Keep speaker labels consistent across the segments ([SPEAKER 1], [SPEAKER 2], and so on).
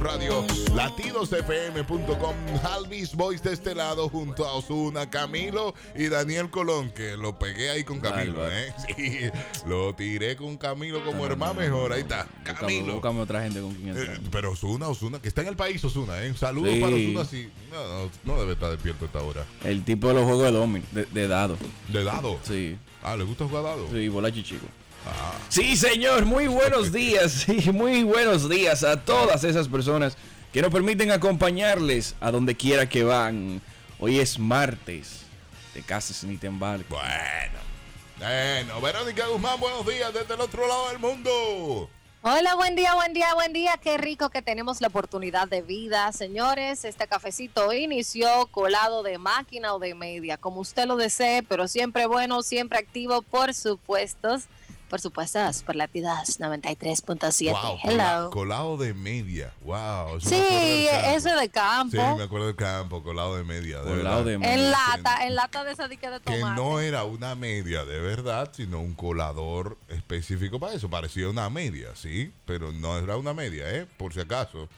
[SPEAKER 1] radio, latidosfm.com, Alvis Boys de este lado junto a Osuna, Camilo y Daniel Colón, que lo pegué ahí con Camilo,
[SPEAKER 2] Bárbaro.
[SPEAKER 1] ¿eh? Sí, lo tiré con Camilo como hermano mejor, ahí está,
[SPEAKER 2] Camilo.
[SPEAKER 1] Camilo.
[SPEAKER 2] Búscame otra gente con quien
[SPEAKER 1] Eh,
[SPEAKER 2] entrar.
[SPEAKER 1] pero Osuna, Osuna, que está en el país Osuna, ¿eh? Saludos
[SPEAKER 2] Sí.
[SPEAKER 1] para Osuna, sí. No, no, no debe estar despierto a esta hora.
[SPEAKER 2] El tipo de los juegos de domi, de, de dado.
[SPEAKER 1] De dado.
[SPEAKER 2] Sí,
[SPEAKER 1] Ah, ¿le gusta jugar dado?
[SPEAKER 2] sí, bola chichico.
[SPEAKER 1] Ah.
[SPEAKER 2] Sí, señor, muy buenos días, sí, muy buenos días a todas esas personas que nos permiten acompañarles a donde quiera que van. Hoy es martes, te cases ni te embarques.
[SPEAKER 1] Bueno. Bueno, Verónica Guzmán, buenos días desde el otro lado del mundo.
[SPEAKER 3] Hola, buen día, buen día, buen día. Qué rico que tenemos la oportunidad de vida, señores. Este cafecito inició colado de máquina o de media, como usted lo desee, pero siempre bueno, siempre activo, por supuestos, por supuestas, por latidas 93.7.
[SPEAKER 1] Wow, cola-
[SPEAKER 3] Hello.
[SPEAKER 1] colado de media. Wow. eso me acuerdo del
[SPEAKER 3] Sí,
[SPEAKER 1] campo.
[SPEAKER 3] eso es de
[SPEAKER 1] Sí,
[SPEAKER 3] campo.
[SPEAKER 1] me acuerdo del campo, colado de media. de
[SPEAKER 2] Colado
[SPEAKER 1] verdad.
[SPEAKER 2] de
[SPEAKER 3] en
[SPEAKER 2] media,
[SPEAKER 3] lata, en lata de esa dique de
[SPEAKER 1] Que
[SPEAKER 3] tomate.
[SPEAKER 1] no era una media de verdad, sino un colador específico para eso. Parecía una media, sí, pero no era una media, ¿eh? Por si acaso.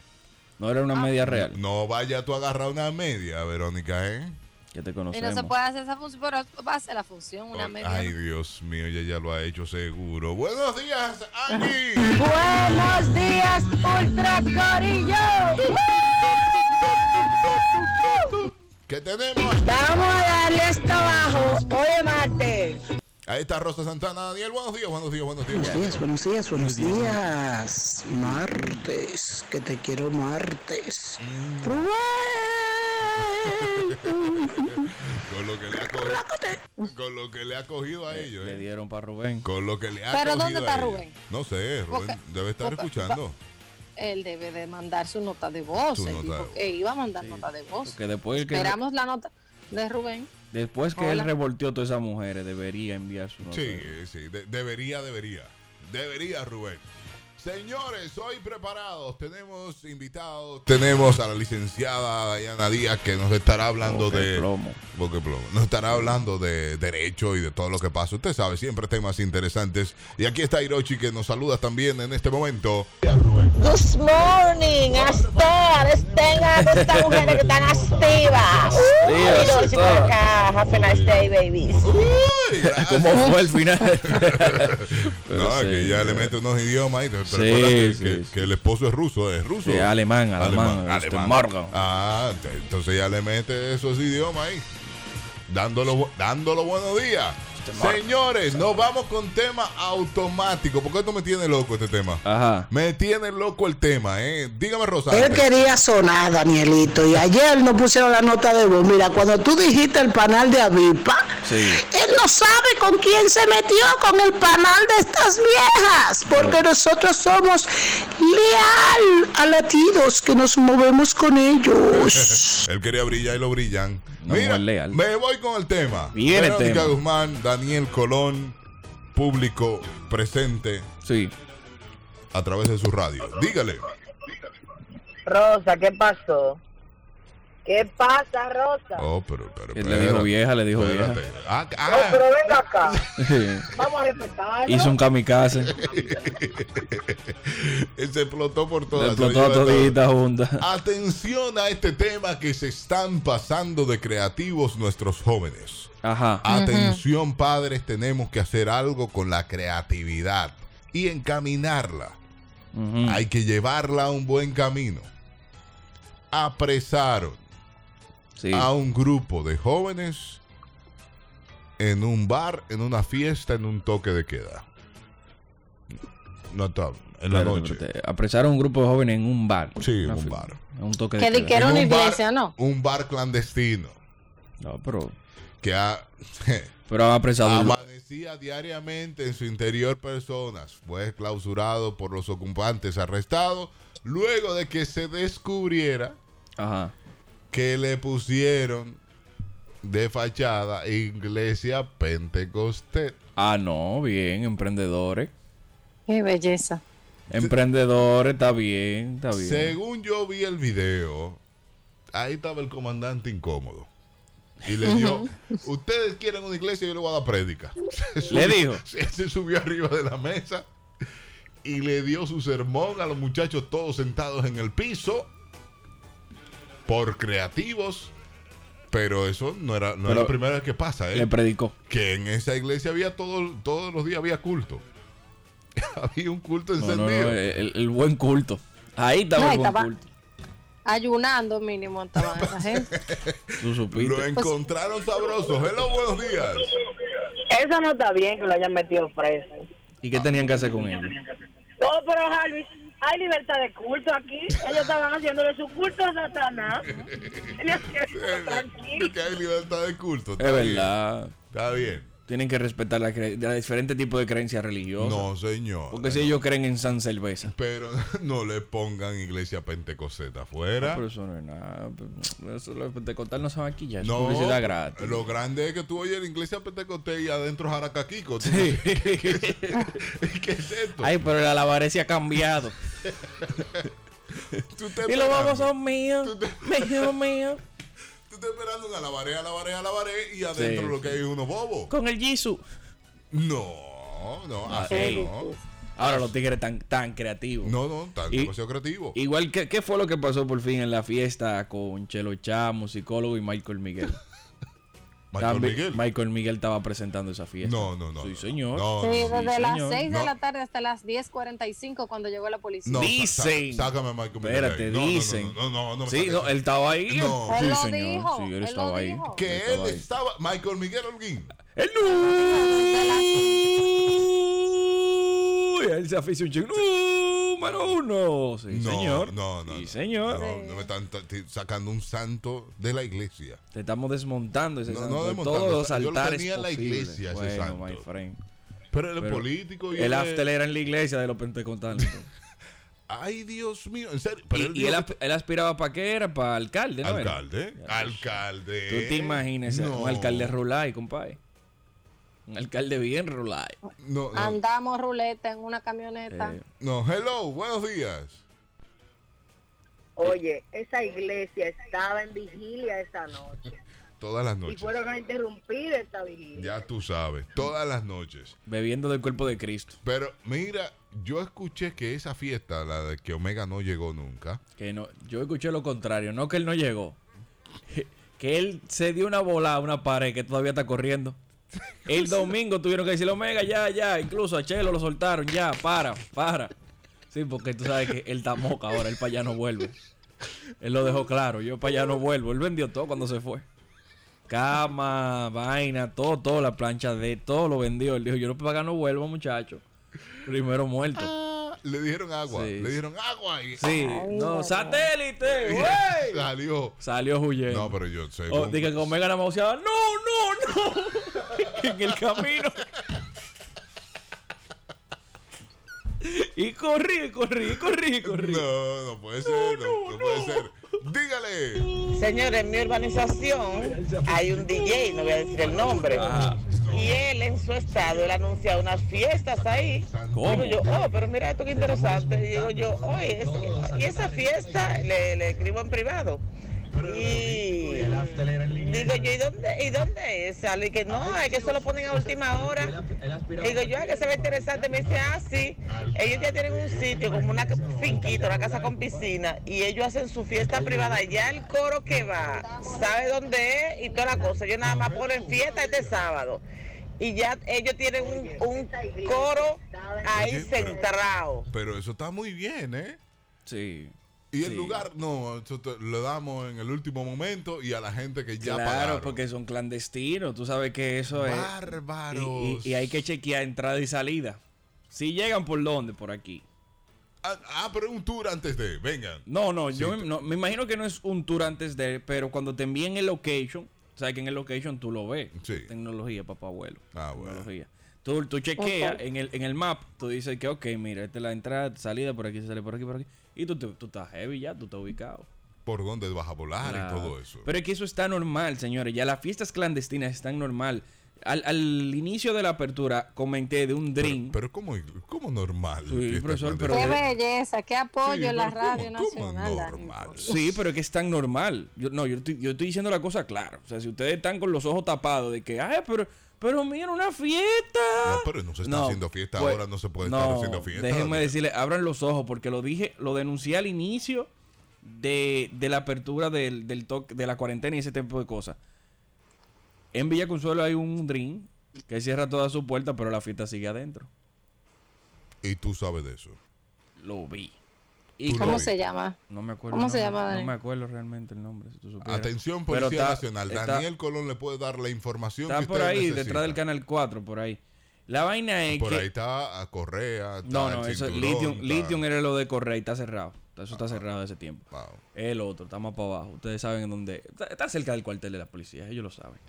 [SPEAKER 2] No era
[SPEAKER 3] Ah.
[SPEAKER 2] una media real,
[SPEAKER 1] No vaya tú a agarrar una media, Verónica, ¿eh?
[SPEAKER 2] que te
[SPEAKER 3] y no se
[SPEAKER 2] conocemos.
[SPEAKER 3] puede hacer esa función, pero va a ser la función, una media.
[SPEAKER 1] Ay, Dios mío, ella ya lo ha hecho seguro. Buenos días, Angie.
[SPEAKER 3] Buenos días, Ultra Corillo.
[SPEAKER 1] ¿Qué tenemos?
[SPEAKER 4] Vamos a darle hasta abajo. Oye, Mate.
[SPEAKER 1] Ahí está Rosa Santana. Daniel, buenos días, buenos días, buenos días.
[SPEAKER 4] días, buenos días, buenos días. Martes, que te quiero martes.
[SPEAKER 1] Con lo que le ha cogido, con lo que le ha cogido a ellos.
[SPEAKER 2] Le
[SPEAKER 1] eh.
[SPEAKER 2] dieron para Rubén.
[SPEAKER 1] Con lo que le ha
[SPEAKER 3] ¿Pero
[SPEAKER 1] cogido
[SPEAKER 3] dónde
[SPEAKER 1] a
[SPEAKER 3] está
[SPEAKER 1] ellos.
[SPEAKER 3] Rubén?
[SPEAKER 1] No sé, Rubén
[SPEAKER 3] Porque-
[SPEAKER 1] debe estar
[SPEAKER 3] porque-
[SPEAKER 1] escuchando.
[SPEAKER 3] Él debe de mandar su nota de voz.
[SPEAKER 1] Su
[SPEAKER 3] Él
[SPEAKER 1] nota
[SPEAKER 3] dijo
[SPEAKER 1] de voz.
[SPEAKER 3] que iba a mandar nota de voz.
[SPEAKER 2] Porque después el que
[SPEAKER 3] Esperamos la nota de Rubén.
[SPEAKER 2] después que él
[SPEAKER 3] Hola.
[SPEAKER 2] revolteó todas esas mujeres, debería enviar su nota.
[SPEAKER 1] Sí, sí, de- debería, debería. Debería, Rubén. Señores, hoy preparados, tenemos invitados, tenemos a la licenciada Diana Díaz que nos estará hablando
[SPEAKER 2] Porque
[SPEAKER 1] de...
[SPEAKER 2] plomo.
[SPEAKER 1] Porque plomo. Nos estará hablando de derecho y de todo lo que pasa. Usted sabe, siempre temas interesantes. Y aquí está Hirochi que nos saluda también en este momento.
[SPEAKER 5] Good morning, Astor. Tengan a estas mujeres que están activas.
[SPEAKER 2] Activas,
[SPEAKER 5] Ay, Dolce, por
[SPEAKER 2] todas.
[SPEAKER 5] acá. Have a nice day, babies.
[SPEAKER 1] Uy, gracias.
[SPEAKER 2] ¿Cómo fue el final?
[SPEAKER 1] No,
[SPEAKER 2] Pero
[SPEAKER 1] que
[SPEAKER 2] sí,
[SPEAKER 1] ya
[SPEAKER 2] pero-
[SPEAKER 1] le mete unos idiomas y te,
[SPEAKER 2] Sí,
[SPEAKER 1] recuerda que,
[SPEAKER 2] sí,
[SPEAKER 1] que-
[SPEAKER 2] sí.
[SPEAKER 1] que el esposo es ruso, es ruso.
[SPEAKER 2] Sí, alemán, alemán, este, Morgan.
[SPEAKER 1] Ah, te- entonces ya le mete esos idiomas ahí. Dándolo, bu- dándolo buenos días.
[SPEAKER 2] Este
[SPEAKER 1] Señores, nos vamos con tema automático. Porque esto me tiene loco este tema.
[SPEAKER 2] Ajá.
[SPEAKER 1] Me tiene loco el tema, eh. Dígame, Rosario.
[SPEAKER 4] Él quería sonar, Danielito, y ayer no pusieron la nota de voz. Mira, cuando tú dijiste el panal de Avipa,
[SPEAKER 2] Sí.
[SPEAKER 4] él no sabe con quién se metió, con el panal de estas viejas, porque nosotros somos leal a latidos que nos movemos con ellos.
[SPEAKER 1] Él quería brillar y lo brillan.
[SPEAKER 2] No,
[SPEAKER 1] Mira,
[SPEAKER 2] es leal.
[SPEAKER 1] me voy con el tema.
[SPEAKER 2] Viene el
[SPEAKER 1] Verónica
[SPEAKER 2] tema.
[SPEAKER 1] Guzmán, Daniel Colón, público presente
[SPEAKER 2] Sí.
[SPEAKER 1] a través de su radio. Dígale.
[SPEAKER 5] Rosa, ¿qué pasó? ¿Qué pasa, Rosa?
[SPEAKER 1] Oh, pero, pero.
[SPEAKER 2] Él le dijo
[SPEAKER 1] espérate,
[SPEAKER 2] vieja, le dijo
[SPEAKER 1] espérate.
[SPEAKER 2] vieja.
[SPEAKER 1] Ah,
[SPEAKER 5] No,
[SPEAKER 1] ah,
[SPEAKER 5] pero venga acá.
[SPEAKER 2] Sí.
[SPEAKER 5] Vamos a respetar.
[SPEAKER 2] Hizo un kamikaze.
[SPEAKER 1] él se explotó por
[SPEAKER 2] Le
[SPEAKER 1] todas.
[SPEAKER 2] explotó
[SPEAKER 1] se lo lleva todo.
[SPEAKER 2] todita junta.
[SPEAKER 1] Atención a este tema que se están pasando de creativos nuestros jóvenes.
[SPEAKER 2] Ajá.
[SPEAKER 1] Ah, Atención padres, tenemos que hacer algo con la creatividad y encaminarla.
[SPEAKER 2] Ujú.
[SPEAKER 1] Hay que llevarla a un buen camino. Apresaron
[SPEAKER 2] Sí.
[SPEAKER 1] a un grupo de jóvenes en un bar, en una fiesta, en un toque de queda. No está, en la
[SPEAKER 2] Espérate,
[SPEAKER 1] noche.
[SPEAKER 2] espérate. Apresaron a un grupo de jóvenes en un bar.
[SPEAKER 1] Sí, en
[SPEAKER 2] Una
[SPEAKER 1] un
[SPEAKER 2] fi-
[SPEAKER 1] bar.
[SPEAKER 2] En un toque de
[SPEAKER 3] Que di
[SPEAKER 2] queda.
[SPEAKER 3] que era
[SPEAKER 1] En
[SPEAKER 3] una
[SPEAKER 1] un bar-
[SPEAKER 3] iglesia, ¿no?
[SPEAKER 1] Un bar clandestino
[SPEAKER 2] No, pero,
[SPEAKER 1] que ha-
[SPEAKER 2] pero han
[SPEAKER 1] Ah,
[SPEAKER 2] apresado. un-
[SPEAKER 1] amanecía diariamente en su interior personas. Fue clausurado por los ocupantes arrestados luego de que se descubriera
[SPEAKER 2] Ajá.
[SPEAKER 1] que le pusieron de fachada Iglesia Pentecostés.
[SPEAKER 2] Ah, no, bien, emprendedores.
[SPEAKER 3] Qué belleza.
[SPEAKER 2] Emprendedores, está bien, está bien.
[SPEAKER 1] Según yo vi el video, ahí estaba el comandante incómodo. Y le dio, ustedes quieren una iglesia, yo le voy a dar prédica. Se
[SPEAKER 2] Le dijo.
[SPEAKER 1] Se, se subió arriba de la mesa y le dio su sermón a los muchachos todos sentados en el piso por creativos. Pero eso no era, no
[SPEAKER 2] Pero
[SPEAKER 1] era la primera vez que pasa, ¿eh?
[SPEAKER 2] Le predicó.
[SPEAKER 1] que en esa iglesia había todo, todos los días había culto. había un culto
[SPEAKER 2] No, no, no,
[SPEAKER 1] encendido.
[SPEAKER 2] el, el buen culto. Ahí estaba
[SPEAKER 3] Ahí
[SPEAKER 2] el buen
[SPEAKER 3] estaba.
[SPEAKER 2] culto.
[SPEAKER 3] Ayunando mínimo estaban esa gente.
[SPEAKER 2] Tú supiste.
[SPEAKER 1] Lo encontraron sabroso. Hello, buenos días.
[SPEAKER 6] Eso no está bien que lo hayan metido preso.
[SPEAKER 2] ¿Y qué tenían que hacer con él?
[SPEAKER 6] No, pero Harvey, hay libertad de culto aquí. Ellos estaban haciéndole su culto a Satanás. Ellos quieren
[SPEAKER 1] Eh,
[SPEAKER 6] tranquilo.
[SPEAKER 1] que hay libertad de culto.
[SPEAKER 2] Es
[SPEAKER 1] Está bien,
[SPEAKER 2] verdad.
[SPEAKER 1] Está bien.
[SPEAKER 2] Tienen que respetar la, cre- la diferente tipo de creencias religiosas.
[SPEAKER 1] No, señor.
[SPEAKER 2] Porque si ellos creen en San Cerveza.
[SPEAKER 1] Pero no le pongan iglesia pentecostés afuera.
[SPEAKER 2] Ah, Pero eso no es nada. pero Eso los pentecostales no saben aquí ya. Es
[SPEAKER 1] No,
[SPEAKER 2] publicidad gratis.
[SPEAKER 1] lo grande es que tú oyes la iglesia pentecostés y adentro jaracaquico. tú
[SPEAKER 2] Sí.
[SPEAKER 1] dices, ¿Qué es esto?
[SPEAKER 2] Ay, pero la alabarece ha cambiado.
[SPEAKER 1] Tú estás
[SPEAKER 2] y
[SPEAKER 1] esperando-
[SPEAKER 2] los babos son míos. Mío, mío.
[SPEAKER 1] Tú estás esperando una alabaré, alabaré, alabaré y adentro
[SPEAKER 2] Sí,
[SPEAKER 1] lo que hay es uno bobo.
[SPEAKER 2] Con el Jisoo.
[SPEAKER 1] No, no,
[SPEAKER 2] Ah,
[SPEAKER 1] así
[SPEAKER 2] ey.
[SPEAKER 1] no.
[SPEAKER 2] Ahora los tigres tan, tan creativos.
[SPEAKER 1] No, no, tan
[SPEAKER 2] Y-
[SPEAKER 1] demasiado creativo.
[SPEAKER 2] Igual, que qué fue lo que pasó por fin en la fiesta con Chelo Chá, musicólogo y Michael Miguel?
[SPEAKER 1] Michael
[SPEAKER 2] También-
[SPEAKER 1] Miguel.
[SPEAKER 2] Michael Miguel estaba presentando esa fiesta.
[SPEAKER 1] No, no, no.
[SPEAKER 2] Sí,
[SPEAKER 1] no,
[SPEAKER 2] señor.
[SPEAKER 1] no,
[SPEAKER 3] Sí,
[SPEAKER 1] no, no.
[SPEAKER 3] desde las
[SPEAKER 2] señor.
[SPEAKER 3] 6
[SPEAKER 1] Oh, No.
[SPEAKER 3] de la tarde hasta las 10.45 cuando llegó la policía.
[SPEAKER 1] No, sa-
[SPEAKER 2] Dicen.
[SPEAKER 1] sa- Sácame a Michael Miguel.
[SPEAKER 2] Espérate,
[SPEAKER 1] ahí. No, no, no,
[SPEAKER 2] dicen.
[SPEAKER 1] No, no, no. no me
[SPEAKER 2] Sí,
[SPEAKER 1] saques
[SPEAKER 2] no,
[SPEAKER 1] eso.
[SPEAKER 2] él estaba ahí.
[SPEAKER 1] No.
[SPEAKER 2] Sí,
[SPEAKER 3] Él lo
[SPEAKER 2] señor.
[SPEAKER 3] dijo,
[SPEAKER 2] Sí, él,
[SPEAKER 3] él lo
[SPEAKER 2] estaba ahí.
[SPEAKER 3] dijo.
[SPEAKER 1] Que él
[SPEAKER 2] estaba ahí.
[SPEAKER 1] estaba. Michael Miguel Holguín.
[SPEAKER 2] ¡El no! Y él se afició un chico. ¡Número uno! Sí,
[SPEAKER 1] no,
[SPEAKER 2] señor.
[SPEAKER 1] No, no.
[SPEAKER 2] Sí,
[SPEAKER 1] no.
[SPEAKER 2] señor.
[SPEAKER 1] No, no me están t- t- sacando un santo de la iglesia.
[SPEAKER 2] Te estamos desmontando ese
[SPEAKER 1] No,
[SPEAKER 2] santo.
[SPEAKER 1] no
[SPEAKER 2] de
[SPEAKER 1] desmontando,
[SPEAKER 2] Todos los
[SPEAKER 1] yo lo
[SPEAKER 2] altares
[SPEAKER 1] tenía en la
[SPEAKER 2] posibles.
[SPEAKER 1] iglesia, ese
[SPEAKER 2] bueno,
[SPEAKER 1] santo.
[SPEAKER 2] my friend.
[SPEAKER 1] Pero él es
[SPEAKER 2] Pero
[SPEAKER 1] político y él
[SPEAKER 2] El
[SPEAKER 1] es-
[SPEAKER 2] after era en la iglesia de los pentecostales.
[SPEAKER 1] Ay, Dios mío, en serio.
[SPEAKER 2] y
[SPEAKER 1] Pero él
[SPEAKER 2] y
[SPEAKER 1] dijo
[SPEAKER 2] él,
[SPEAKER 1] que-
[SPEAKER 2] ap- él aspiraba para qué era, para alcalde, ¿no? era?
[SPEAKER 1] Alcalde. Alcalde.
[SPEAKER 2] Tú te imaginas
[SPEAKER 1] Eh, No.
[SPEAKER 2] un alcalde rulay, compadre. Un alcalde bien rulay.
[SPEAKER 1] No, no,
[SPEAKER 3] Andamos ruleta en una camioneta.
[SPEAKER 2] Eh,
[SPEAKER 1] no. Hello, buenos días.
[SPEAKER 6] Oye, esa iglesia estaba en vigilia esa noche.
[SPEAKER 1] Todas las
[SPEAKER 6] Y
[SPEAKER 1] noches.
[SPEAKER 6] fueron a interrumpir esta vigilia.
[SPEAKER 1] Ya tú sabes. Todas las noches.
[SPEAKER 2] bebiendo del cuerpo de Cristo.
[SPEAKER 1] Pero mira, yo escuché que esa fiesta, la de que Omega no llegó nunca.
[SPEAKER 2] Que no, yo escuché lo contrario, no que él no llegó. Que él se dio una bola a una pared que todavía está corriendo. El domingo tuvieron que decirle, Omega, ya, ya. Incluso a Chelo lo soltaron, ya, para, para. Sí, porque tú sabes que él está moca ahora, él para allá no vuelve. Él lo dejó claro, yo para allá no vuelvo. Él vendió todo cuando se fue. Cama, vaina, todo, todo, la plancha de todo lo vendió. Él dijo, yo no para acá no vuelvo, muchacho. Primero muerto.
[SPEAKER 1] Le dieron agua,
[SPEAKER 2] Sí.
[SPEAKER 1] le dieron agua y
[SPEAKER 2] Sí, no, satélite, güey.
[SPEAKER 1] salió.
[SPEAKER 2] Salió huyendo.
[SPEAKER 1] No, pero yo sé.
[SPEAKER 2] O, dije que con Megan amauseaba, no, no, no. en el camino. y corrí, y corrí, y corrí, y corrí.
[SPEAKER 1] No, no puede ser, no, no puede ser. Dígale.
[SPEAKER 7] Señores, en mi urbanización hay un DJ, no voy a decir el nombre. Y él en su estado, él anuncia unas fiestas ahí.
[SPEAKER 2] ¿Cómo?
[SPEAKER 7] Digo yo, oh, pero mira esto que interesante. Y digo yo, oye, es- y esa fiesta le, le escribo en privado. Y digo yo, ¿y dónde, ¿y dónde es? Sale que no, es que eso lo ponen a última hora. Digo yo, ah, que se ve interesante. Me dice, ah, sí. Ellos ya tienen un sitio, como una ca- finquita, una casa con piscina, y ellos hacen su fiesta privada. Ya el coro que va, sabe dónde es y toda la cosa. Ellos nada más ponen fiesta este sábado. Y ya ellos tienen un, un coro ahí
[SPEAKER 1] Oye, pero-
[SPEAKER 7] centrado.
[SPEAKER 1] Pero eso está muy bien, ¿eh?
[SPEAKER 2] Sí.
[SPEAKER 1] Y el
[SPEAKER 2] Sí.
[SPEAKER 1] lugar, no, eso te- lo damos en el último momento y a la gente que ya
[SPEAKER 2] claro,
[SPEAKER 1] pagaron.
[SPEAKER 2] porque son clandestinos. Tú sabes que eso es. Y,
[SPEAKER 1] Bárbaros.
[SPEAKER 2] y- y hay que chequear entrada y salida. Si llegan por dónde, por aquí.
[SPEAKER 1] Ah, ah, pero un tour antes de. Vengan.
[SPEAKER 2] No, no, yo
[SPEAKER 1] Sí,
[SPEAKER 2] me-
[SPEAKER 1] te-
[SPEAKER 2] no, me imagino que no es un tour antes de, pero cuando te envíen el location, sabes que en el location tú lo ves.
[SPEAKER 1] Sí.
[SPEAKER 2] Tecnología, papá abuelo.
[SPEAKER 1] Ah, bueno.
[SPEAKER 2] Tecnología. Tú, tú chequeas en, el, en el map, tú dices que, ok, mira, esta es la entrada, salida, por aquí se sale, por aquí, por aquí. Y tú, te- tú estás heavy ya, tú estás ubicado.
[SPEAKER 1] ¿Por dónde vas a volar
[SPEAKER 2] Claro.
[SPEAKER 1] Ah, y todo eso?
[SPEAKER 2] Pero es que eso está normal, señores. Ya las fiestas clandestinas están normal. Al, al inicio de la apertura comenté de un drink.
[SPEAKER 1] Pero como, como normal.
[SPEAKER 2] Sí,
[SPEAKER 1] fiesta
[SPEAKER 2] profesor,
[SPEAKER 1] grande.
[SPEAKER 2] pero-
[SPEAKER 3] Qué
[SPEAKER 2] Sí,
[SPEAKER 3] belleza, qué apoyo
[SPEAKER 1] eh, Sí,
[SPEAKER 3] en la
[SPEAKER 1] pero ¿cómo-
[SPEAKER 3] radio
[SPEAKER 1] cómo
[SPEAKER 3] nacional. Dani.
[SPEAKER 1] normal?
[SPEAKER 2] Sí, pero es que es tan normal. Yo, no, yo estoy, yo estoy diciendo la cosa clara. O sea, si ustedes están con los ojos tapados de que, ay, pero, pero mira, una fiesta.
[SPEAKER 1] No, pero no se está haciendo fiesta
[SPEAKER 2] pues,
[SPEAKER 1] ahora, no se puede estar haciendo fiesta.
[SPEAKER 2] Déjenme
[SPEAKER 1] Daniel.
[SPEAKER 2] decirle, abran los ojos, porque lo dije, lo denuncié al inicio de, de la apertura del, del toque, de la cuarentena y ese tipo de cosas. En Villa Consuelo hay un drink que cierra todas sus puertas, pero la fiesta sigue adentro.
[SPEAKER 1] Y tú sabes de eso.
[SPEAKER 2] Lo vi. Y
[SPEAKER 1] Tú
[SPEAKER 2] como-
[SPEAKER 1] lo
[SPEAKER 3] ¿Cómo
[SPEAKER 1] vi.
[SPEAKER 3] se llama?
[SPEAKER 2] no me acuerdo.
[SPEAKER 3] ¿Cómo
[SPEAKER 2] el
[SPEAKER 3] se
[SPEAKER 2] nombre,
[SPEAKER 3] llama, Dani?
[SPEAKER 2] No me acuerdo realmente el nombre. si tú supieras.
[SPEAKER 1] Atención,
[SPEAKER 2] Pero
[SPEAKER 1] Policía
[SPEAKER 2] está-
[SPEAKER 1] Nacional.
[SPEAKER 2] está-
[SPEAKER 1] Daniel Colón le puede dar la información
[SPEAKER 2] Está
[SPEAKER 1] que
[SPEAKER 2] por
[SPEAKER 1] usted
[SPEAKER 2] ahí,
[SPEAKER 1] necesita.
[SPEAKER 2] detrás del canal 4, por ahí. La vaina es
[SPEAKER 1] Por
[SPEAKER 2] que.
[SPEAKER 1] ahí está a Correa. está
[SPEAKER 2] no,
[SPEAKER 1] el
[SPEAKER 2] no, eso,
[SPEAKER 1] cinturón,
[SPEAKER 2] Lithium,
[SPEAKER 1] está- Ah,
[SPEAKER 2] Lithium era lo de Correa y está cerrado. Eso está cerrado hace tiempo.
[SPEAKER 1] Wow.
[SPEAKER 2] El otro, está más para abajo. Ustedes saben en dónde. Está, está cerca del cuartel de la policía, ellos lo saben.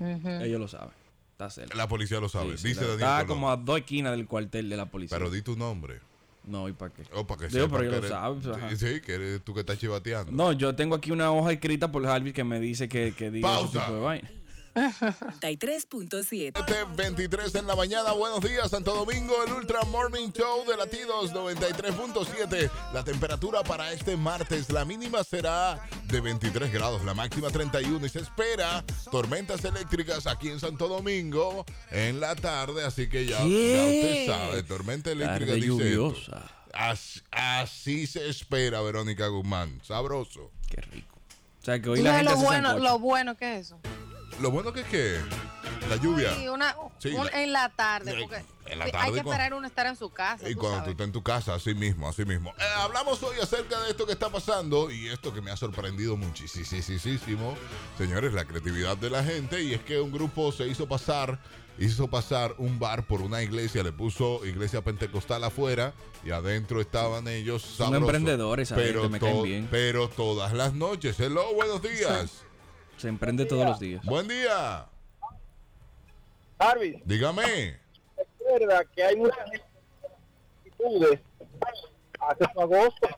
[SPEAKER 2] Ellos lo saben. Está cerca.
[SPEAKER 1] La policía lo sabe.
[SPEAKER 2] Sí, sí,
[SPEAKER 1] Dice
[SPEAKER 2] está-
[SPEAKER 1] Daniel
[SPEAKER 2] está
[SPEAKER 1] Colón.
[SPEAKER 2] como a dos esquinas del cuartel de la policía.
[SPEAKER 1] Pero Oh, di tu nombre.
[SPEAKER 2] no, ¿y para qué?
[SPEAKER 1] O para que
[SPEAKER 2] Digo,
[SPEAKER 1] sepa
[SPEAKER 2] pero
[SPEAKER 1] que
[SPEAKER 2] ellos lo
[SPEAKER 1] eres-
[SPEAKER 2] saben. pues, ajá.
[SPEAKER 1] Sí, sí, que eres tú que estás chivateando.
[SPEAKER 2] No, yo tengo aquí una hoja escrita por Harvey que me dice que, que diga ese
[SPEAKER 1] Pausa.
[SPEAKER 2] tipo de vaina.
[SPEAKER 8] 93.7.
[SPEAKER 1] Este 23 en la mañana, buenos días Santo Domingo, el Ultra Morning Show de Latidos 93.7. La temperatura para este martes, la mínima será de 23 grados, la máxima 31 y se espera tormentas eléctricas aquí en Santo Domingo en la tarde, así que ya, ya
[SPEAKER 2] ¿Qué?
[SPEAKER 1] usted sabe, tormenta eléctrica
[SPEAKER 2] Tarde
[SPEAKER 1] dice esto.
[SPEAKER 2] lluviosa.
[SPEAKER 1] Así, así se espera, Verónica Guzmán, sabroso.
[SPEAKER 2] Qué rico. O sea, que hoy la
[SPEAKER 3] No,
[SPEAKER 2] gente
[SPEAKER 3] lo
[SPEAKER 2] hace
[SPEAKER 3] bueno,
[SPEAKER 2] sancocho.
[SPEAKER 3] lo bueno que es eso.
[SPEAKER 1] Lo bueno que es que la lluvia...
[SPEAKER 3] Sí, una,
[SPEAKER 1] Sí,
[SPEAKER 3] un-
[SPEAKER 1] la-
[SPEAKER 3] en la tarde,
[SPEAKER 1] Eh,
[SPEAKER 3] porque
[SPEAKER 1] en la
[SPEAKER 3] hay
[SPEAKER 1] tarde
[SPEAKER 3] que
[SPEAKER 1] cuando-
[SPEAKER 3] esperar uno estar en su casa.
[SPEAKER 1] Y
[SPEAKER 3] tú
[SPEAKER 1] cuando tú
[SPEAKER 3] sabes.
[SPEAKER 1] estás en tu casa, así mismo, así mismo. Eh, hablamos hoy acerca de esto que está pasando y esto que me ha sorprendido muchísimo, señores, la creatividad de la gente. Y es que un grupo se hizo pasar, hizo pasar un bar por una iglesia, le puso iglesia pentecostal afuera y adentro estaban ellos sabrosos.
[SPEAKER 2] emprendedores, esa gente, me caen bien.
[SPEAKER 1] Pero todas las noches. Hello, buenos días.
[SPEAKER 2] Se emprende todos los días.
[SPEAKER 1] Buen día.
[SPEAKER 9] Harvey,
[SPEAKER 1] Dígame.
[SPEAKER 9] recuerda que hay muchas actitudes hace su agosto.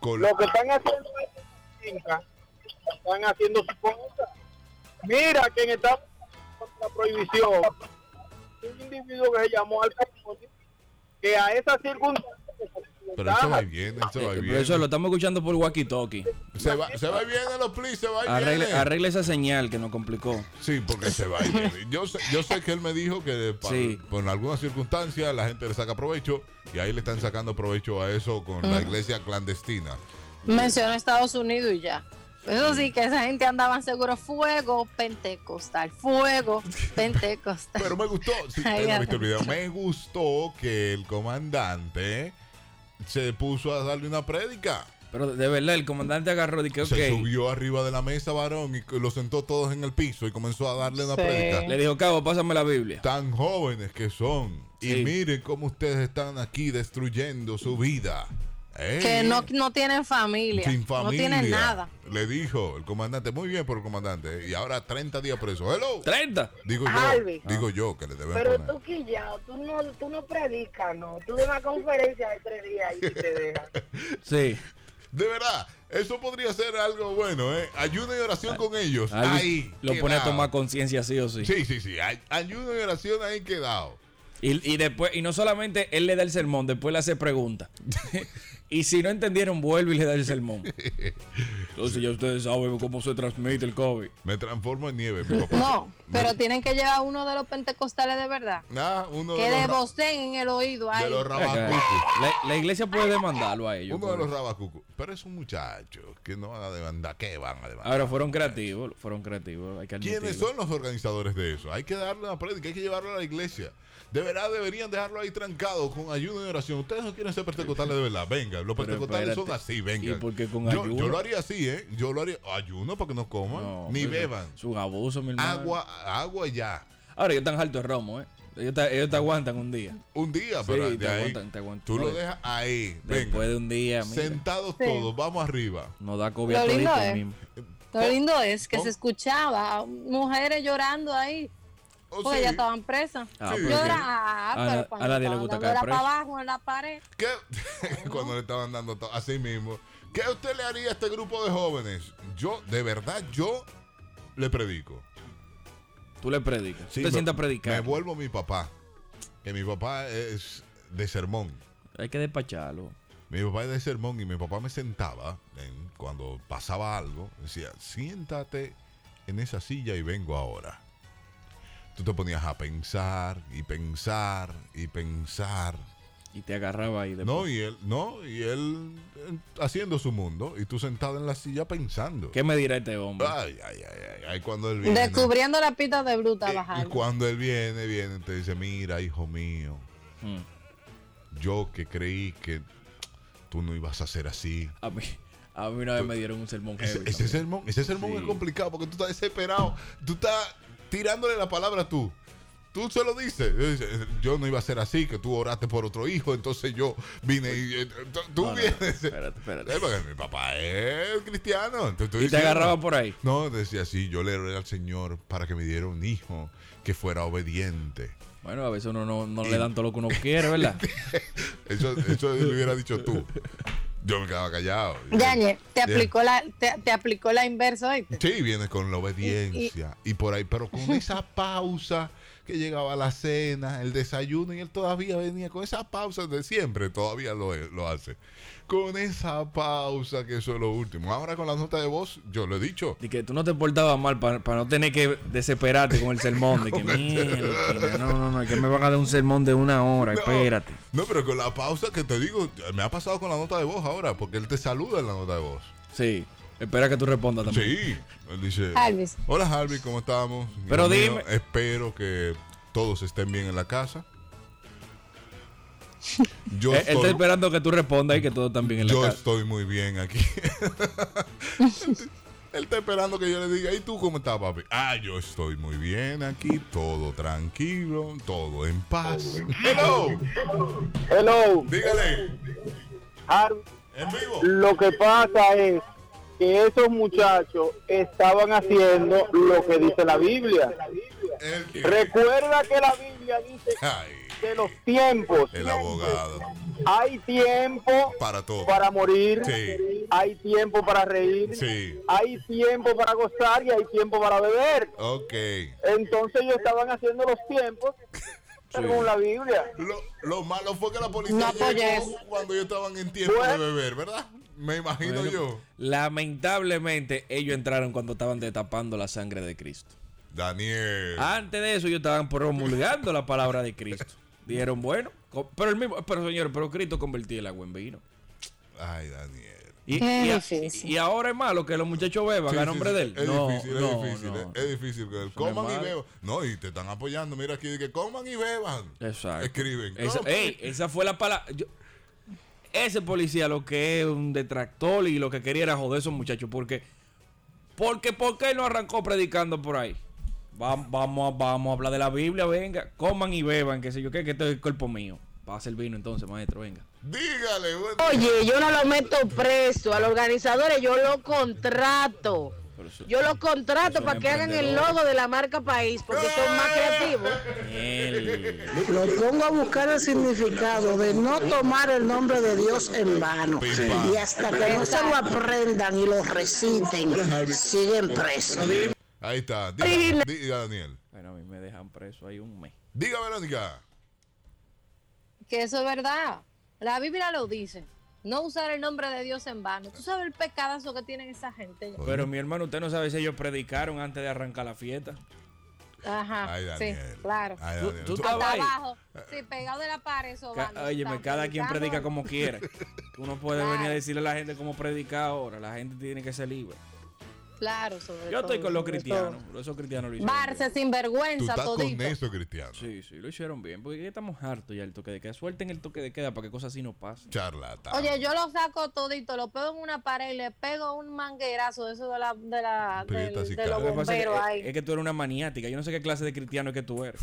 [SPEAKER 1] Col-
[SPEAKER 9] Lo que están haciendo es que están haciendo su cosa. Mira que en esta la prohibición, un individuo que se llamó Al Capone, que a esas circunstancias que se
[SPEAKER 1] Pero eso va
[SPEAKER 9] presentaban,
[SPEAKER 1] y viene, eso va y
[SPEAKER 2] Eh,
[SPEAKER 1] viene.
[SPEAKER 2] profesor, lo estamos escuchando por Walkie Talkie.
[SPEAKER 1] Se va, se va y viene los plis, se va y
[SPEAKER 2] Arregle,
[SPEAKER 1] viene.
[SPEAKER 2] arregle esa señal que nos complicó.
[SPEAKER 1] Sí, porque se va. y viene. Yo sé, yo sé que él me dijo que pa-
[SPEAKER 2] Sí.
[SPEAKER 1] por alguna circunstancia la gente le saca provecho y ahí le están sacando provecho a eso con la iglesia clandestina.
[SPEAKER 3] Mencionó Estados Unidos y ya. Eso sí, que esa gente andaba seguro fuego pentecostal, fuego pentecostal.
[SPEAKER 1] Pero me gustó, si
[SPEAKER 3] Ay,
[SPEAKER 1] usted no ha
[SPEAKER 3] ya.
[SPEAKER 1] visto el video, me gustó que el comandante se puso a darle una prédica.
[SPEAKER 2] Pero de verdad, el comandante agarró y que, ok.
[SPEAKER 1] Se subió arriba de la mesa, varón, y c- lo sentó todos en el piso y comenzó a darle una
[SPEAKER 3] Sí.
[SPEAKER 1] prédica.
[SPEAKER 2] Le dijo, cabo, pásame la Biblia.
[SPEAKER 1] Tan jóvenes que son. Y
[SPEAKER 2] Sí.
[SPEAKER 1] miren cómo ustedes están aquí destruyendo su vida. ¡Ey!
[SPEAKER 3] Que no, no tienen familia,
[SPEAKER 1] Sin familia.
[SPEAKER 3] no tienen nada.
[SPEAKER 1] Le dijo el comandante, muy bien por el comandante. Y ahora 30 días preso. Hello.
[SPEAKER 2] 30.
[SPEAKER 1] Digo yo,
[SPEAKER 6] Harvey.
[SPEAKER 1] digo yo que le deben
[SPEAKER 6] Pero
[SPEAKER 1] poner.
[SPEAKER 6] tú quillao, tú no, tú no predicas, no. Tú de una conferencia de tres días y te dejas.
[SPEAKER 2] Sí.
[SPEAKER 1] De verdad, eso podría ser algo bueno, ¿eh? Ayuno y oración con ellos.
[SPEAKER 2] Algo-
[SPEAKER 1] ahí.
[SPEAKER 2] lo pone a
[SPEAKER 1] quedado.
[SPEAKER 2] tomar conciencia, sí o sí.
[SPEAKER 1] Sí, sí, sí. Ay- Ayuno y oración ahí quedado.
[SPEAKER 2] Y, y después, y no solamente él le da el sermón, después le hace preguntas. y si no entendieron, vuelve y le da el sermón. Entonces ya ustedes saben cómo se transmite el COVID.
[SPEAKER 1] Me transformo en nieve. mi papá.
[SPEAKER 3] No, pero tienen que llevar uno de los pentecostales de verdad.
[SPEAKER 1] Nah, Ah, uno
[SPEAKER 3] Que
[SPEAKER 1] de
[SPEAKER 3] le
[SPEAKER 1] los, ra-
[SPEAKER 3] voceen en el oído
[SPEAKER 1] de
[SPEAKER 3] ahí.
[SPEAKER 1] los rabacucos.
[SPEAKER 2] eh, La, la iglesia puede demandarlo a ellos.
[SPEAKER 1] Uno de
[SPEAKER 2] por
[SPEAKER 1] los rabacucos. Pero es un muchacho que no van a demandar. ¿Qué van a demandar?
[SPEAKER 2] Ahora fueron creativos, fueron creativos. Hay que
[SPEAKER 1] ¿Quiénes
[SPEAKER 2] admitirlo.
[SPEAKER 1] son los organizadores de eso? Hay que darle una prédica, hay que llevarlo a la iglesia. De verdad deberían dejarlo ahí trancado con ayuno y oración. Ustedes no quieren ser pentecostales de verdad. Venga, los
[SPEAKER 2] Pero
[SPEAKER 1] pentecostales son
[SPEAKER 2] espérate.
[SPEAKER 1] así, venga.
[SPEAKER 2] ¿Y por qué con
[SPEAKER 1] yo,
[SPEAKER 2] ayuno?
[SPEAKER 1] yo lo haría así, ¿eh? Yo lo haría ayuno para que no coman,
[SPEAKER 2] No,
[SPEAKER 1] ni
[SPEAKER 2] pero
[SPEAKER 1] beban.
[SPEAKER 2] Sus abusos, mi hermano.
[SPEAKER 1] Agua, agua ya.
[SPEAKER 2] Ahora ellos están alto de romo, ¿eh? Ellos te, ellos te aguantan un día.
[SPEAKER 1] Un día,
[SPEAKER 2] Sí,
[SPEAKER 1] pero de
[SPEAKER 2] te
[SPEAKER 1] ahí,
[SPEAKER 2] aguantan, te aguantan.
[SPEAKER 1] Tú lo
[SPEAKER 2] Oye,
[SPEAKER 1] dejas ahí.
[SPEAKER 2] Después
[SPEAKER 1] Venga.
[SPEAKER 2] de un día, mira,
[SPEAKER 1] Sentados todos, vamos arriba.
[SPEAKER 2] nos da COVID a
[SPEAKER 3] Lo lindo
[SPEAKER 2] todito
[SPEAKER 3] es.
[SPEAKER 2] mismo.
[SPEAKER 3] Lo lindo es que
[SPEAKER 1] ¿Cómo?
[SPEAKER 3] se escuchaba a mujeres llorando ahí.
[SPEAKER 1] Oh,
[SPEAKER 3] Porque
[SPEAKER 1] sí.
[SPEAKER 3] Pues ya estaban presas.
[SPEAKER 2] Ah,
[SPEAKER 1] Sí.
[SPEAKER 2] pero
[SPEAKER 1] Yo
[SPEAKER 2] sí.
[SPEAKER 3] Llora,
[SPEAKER 2] A
[SPEAKER 3] ah,
[SPEAKER 2] na-
[SPEAKER 3] pero cuando
[SPEAKER 2] a nadie le
[SPEAKER 3] estaban
[SPEAKER 2] gusta
[SPEAKER 3] dando
[SPEAKER 2] caer
[SPEAKER 3] era
[SPEAKER 2] preso.
[SPEAKER 3] para abajo en la pared.
[SPEAKER 1] ¿Qué? Cuando le estaban dando to- así mismo. ¿Qué usted le haría a este grupo de jóvenes? Yo, de verdad, yo le predico.
[SPEAKER 2] Tú le predicas.
[SPEAKER 1] Sí,
[SPEAKER 2] Tú te
[SPEAKER 1] me-
[SPEAKER 2] sientas a predicar.
[SPEAKER 1] Me vuelvo mi papá. Que mi papá es de sermón.
[SPEAKER 2] Hay que despacharlo.
[SPEAKER 1] Mi papá es de sermón y mi papá me sentaba en- cuando pasaba algo. Decía, siéntate en esa silla y vengo ahora. Tú te ponías a pensar y pensar y pensar.
[SPEAKER 2] Y te agarraba ahí después.
[SPEAKER 1] No, y él, no, y él eh, haciendo su mundo y tú sentado en la silla pensando.
[SPEAKER 2] ¿Qué me dirá este hombre?
[SPEAKER 1] Ay, ay, ay, ay, ay, cuando él viene.
[SPEAKER 3] Descubriendo la pita de bruta
[SPEAKER 1] Eh, Y
[SPEAKER 3] bajando.
[SPEAKER 1] cuando él viene, viene, te dice, mira, hijo mío,
[SPEAKER 2] Mm.
[SPEAKER 1] yo que creí que tú no ibas a ser así.
[SPEAKER 2] A mí, a mí una vez me dieron un sermón
[SPEAKER 1] Ese,
[SPEAKER 2] heavy
[SPEAKER 1] ese
[SPEAKER 2] también.
[SPEAKER 1] sermón, ese sermón
[SPEAKER 2] Sí.
[SPEAKER 1] es complicado porque tú estás desesperado. Tú estás tirándole la palabra tú. Tú se lo dices. Dice, Yo no iba a ser así, que tú oraste por otro hijo, entonces yo vine y... eh, tú- Tú
[SPEAKER 2] No, no, no,
[SPEAKER 1] vienes...
[SPEAKER 2] espérate, espérate.
[SPEAKER 1] Eh, porque mi papá es cristiano. entonces estoy
[SPEAKER 2] Y te
[SPEAKER 1] diciendo-
[SPEAKER 2] agarraba por ahí.
[SPEAKER 1] No, decía sí, yo le oré al Señor para que me diera un hijo que fuera obediente.
[SPEAKER 2] Bueno, a veces uno no, no le dan todo lo que uno quiere, ¿verdad?
[SPEAKER 1] Eso, eso lo hubiera dicho tú. Yo me quedaba callado.
[SPEAKER 3] Yañe, te
[SPEAKER 1] Bien.
[SPEAKER 3] aplicó la, te, te aplicó la inversa, ¿oíste?
[SPEAKER 1] Sí, viene con la obediencia y, por ahí, pero con esa pausa que llegaba la cena, el desayuno y él todavía venía con esa pausa de siempre, todavía lo, lo hace. Con esa pausa que eso es lo último. Ahora con la nota de voz, yo lo he dicho.
[SPEAKER 2] Y que tú no te portabas mal para no tener que desesperarte con el sermón. De que, "Mierda, no, no, no, es que me van a dar un sermón de una hora,
[SPEAKER 1] No,
[SPEAKER 2] espérate.
[SPEAKER 1] No, pero con la pausa que te digo, me ha pasado con la nota de voz ahora, porque él te saluda en la nota de voz.
[SPEAKER 2] Sí, espera que tú respondas también.
[SPEAKER 1] Sí, él dice.
[SPEAKER 3] Alvis.
[SPEAKER 1] Hola, Harvey, ¿cómo estamos?
[SPEAKER 2] Pero
[SPEAKER 1] Dios
[SPEAKER 2] dime-
[SPEAKER 1] espero que todos estén bien en la casa. Yo,
[SPEAKER 2] Él, él está
[SPEAKER 1] estoy,
[SPEAKER 2] esperando que tú respondas y que todo también en la
[SPEAKER 1] yo
[SPEAKER 2] casa.
[SPEAKER 1] estoy muy bien aquí. Él está esperando que yo le diga, ¿y tú cómo estás, papi? Ah, yo estoy muy bien aquí, todo tranquilo, todo en paz. ¡Hello!
[SPEAKER 9] Hello,
[SPEAKER 1] Dígale,
[SPEAKER 9] Harvey.
[SPEAKER 1] en vivo.
[SPEAKER 9] Lo que pasa es que esos muchachos estaban haciendo lo que dice la Biblia.
[SPEAKER 1] El que-
[SPEAKER 9] Recuerda que la Biblia dice
[SPEAKER 1] Ay,
[SPEAKER 9] de los tiempos.
[SPEAKER 1] el abogado.
[SPEAKER 9] Hay tiempo
[SPEAKER 1] Para todo.
[SPEAKER 9] para morir,
[SPEAKER 1] Sí.
[SPEAKER 9] hay tiempo para reír,
[SPEAKER 1] Sí.
[SPEAKER 9] hay tiempo para gozar y hay tiempo para beber.
[SPEAKER 1] Ok.
[SPEAKER 9] Entonces ellos estaban haciendo los tiempos según la Biblia.
[SPEAKER 1] Lo, lo malo fue que la policía
[SPEAKER 3] No apoyes.
[SPEAKER 1] llegó cuando ellos estaban en tiempo de beber, ¿verdad? Me imagino
[SPEAKER 2] Bueno,
[SPEAKER 1] yo.
[SPEAKER 2] Lamentablemente, ellos entraron cuando estaban destapando la sangre de Cristo.
[SPEAKER 1] Daniel.
[SPEAKER 2] Antes de eso, ellos estaban promulgando la palabra de Cristo. Dijeron, bueno, co- pero el mismo, pero señor, pero Cristo convertía el agua en vino.
[SPEAKER 1] Ay, Daniel.
[SPEAKER 2] Y,
[SPEAKER 3] Qué
[SPEAKER 2] y a-
[SPEAKER 3] difícil.
[SPEAKER 2] y ahora es malo que los muchachos beban
[SPEAKER 1] Sí,
[SPEAKER 2] a
[SPEAKER 1] sí,
[SPEAKER 2] nombre
[SPEAKER 1] sí.
[SPEAKER 2] de él.
[SPEAKER 1] Es
[SPEAKER 2] no,
[SPEAKER 1] difícil,
[SPEAKER 2] no,
[SPEAKER 1] es difícil. eh,
[SPEAKER 2] no.
[SPEAKER 1] Es, es difícil. que
[SPEAKER 2] es
[SPEAKER 1] Coman y
[SPEAKER 2] malo.
[SPEAKER 1] beban. No, y te están apoyando. Mira aquí, que coman y beban.
[SPEAKER 2] Exacto.
[SPEAKER 1] Escriben.
[SPEAKER 2] Esa,
[SPEAKER 1] Coman.
[SPEAKER 2] ey, esa fue la palabra. yo- ese policía lo que es un detractor y lo que quería era joder a esos muchachos. Porque, porque, ¿por qué no arrancó predicando por ahí? Va- vamos, a, vamos a hablar de la Biblia, venga. Coman y beban, qué sé yo qué, que este es el cuerpo mío. Pasa el vino entonces, maestro, venga.
[SPEAKER 1] Dígale, güey.
[SPEAKER 5] Oye, yo no lo meto preso a los organizadores, yo lo contrato.
[SPEAKER 2] Pero eso-
[SPEAKER 5] Yo lo contrato
[SPEAKER 2] Son
[SPEAKER 5] para que hagan el
[SPEAKER 2] emprendedores.
[SPEAKER 5] logo de la marca país, porque son más creativos.
[SPEAKER 2] Miel.
[SPEAKER 4] Lo pongo a buscar el significado de no tomar el nombre de Dios en vano.
[SPEAKER 1] Pim, pam.
[SPEAKER 4] Y hasta que no se lo aprendan y lo reciten, siguen presos.
[SPEAKER 1] Ahí está. Diga, diga, Daniel.
[SPEAKER 2] Bueno, a mí me dejan preso ahí un mes.
[SPEAKER 1] Diga, Verónica.
[SPEAKER 3] Que eso es verdad. La Biblia lo dice. No usar el nombre de Dios en vano. Tú sabes el pecadazo que tienen esa gente.
[SPEAKER 2] Pero mi hermano, usted no sabe si ellos predicaron antes de arrancar la fiesta.
[SPEAKER 3] Ajá.
[SPEAKER 1] Ay,
[SPEAKER 3] Ah, sí,
[SPEAKER 1] Daniel.
[SPEAKER 3] claro.
[SPEAKER 1] Ay,
[SPEAKER 2] Tú-
[SPEAKER 1] Daniel.
[SPEAKER 2] tú
[SPEAKER 1] Tú-
[SPEAKER 2] estabas-
[SPEAKER 3] Hasta
[SPEAKER 2] ahí.
[SPEAKER 3] abajo. Sí, pegado de la pared, eso.
[SPEAKER 2] Ca-
[SPEAKER 3] vano.
[SPEAKER 2] Óyeme,
[SPEAKER 3] Tan
[SPEAKER 2] cada quien
[SPEAKER 3] predicando.
[SPEAKER 2] predica como quiera. Tú no puedes venir a
[SPEAKER 3] Claro.
[SPEAKER 2] decirle a la gente cómo predica ahora. La gente tiene que ser libre.
[SPEAKER 3] Claro, sobre
[SPEAKER 2] Yo estoy
[SPEAKER 3] todo,
[SPEAKER 2] con los
[SPEAKER 3] sobre
[SPEAKER 2] cristianos.
[SPEAKER 3] todo.
[SPEAKER 2] pero Esos cristianos lo hicieron.
[SPEAKER 3] Barce,
[SPEAKER 2] bien.
[SPEAKER 1] Tú
[SPEAKER 3] sinvergüenza,
[SPEAKER 1] estás con
[SPEAKER 3] todito.
[SPEAKER 1] eso, Cristiano.
[SPEAKER 2] Sí, sí, lo hicieron bien. Porque ya estamos hartos ya del toque de queda. Suelten el toque de queda para que cosas así no pasen.
[SPEAKER 1] Charlatán.
[SPEAKER 3] Oye, yo lo saco todito, lo pego en una pared y le pego un manguerazo de eso de la de la del-
[SPEAKER 1] Prietas y
[SPEAKER 3] de los
[SPEAKER 1] caras.
[SPEAKER 2] Lo que pasa es que-
[SPEAKER 3] bomberos
[SPEAKER 2] es,
[SPEAKER 3] ahí.
[SPEAKER 2] que tú eres una maniática. Yo no sé qué clase de cristiano es que tú eres.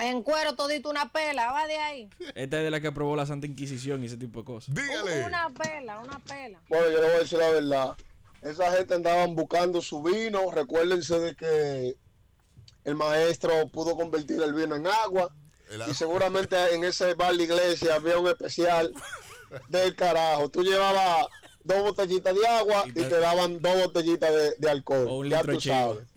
[SPEAKER 3] En cuero todito una pela, va de ahí.
[SPEAKER 2] Esta es de la que aprobó la Santa Inquisición y ese tipo de cosas.
[SPEAKER 1] Dígale.
[SPEAKER 3] Una pela, una pela.
[SPEAKER 8] Bueno, yo le voy a decir la verdad. Esa gente andaban buscando su vino. Recuérdense de que el maestro pudo convertir el vino en agua.
[SPEAKER 1] El
[SPEAKER 8] Y
[SPEAKER 1] agua.
[SPEAKER 8] seguramente en ese bar de iglesia había un especial del carajo. Tú llevabas dos botellitas de agua y te daban dos botellitas de, de
[SPEAKER 2] O un
[SPEAKER 8] alcohol. Ya
[SPEAKER 2] litro de
[SPEAKER 8] tú
[SPEAKER 2] chiva.
[SPEAKER 8] sabes.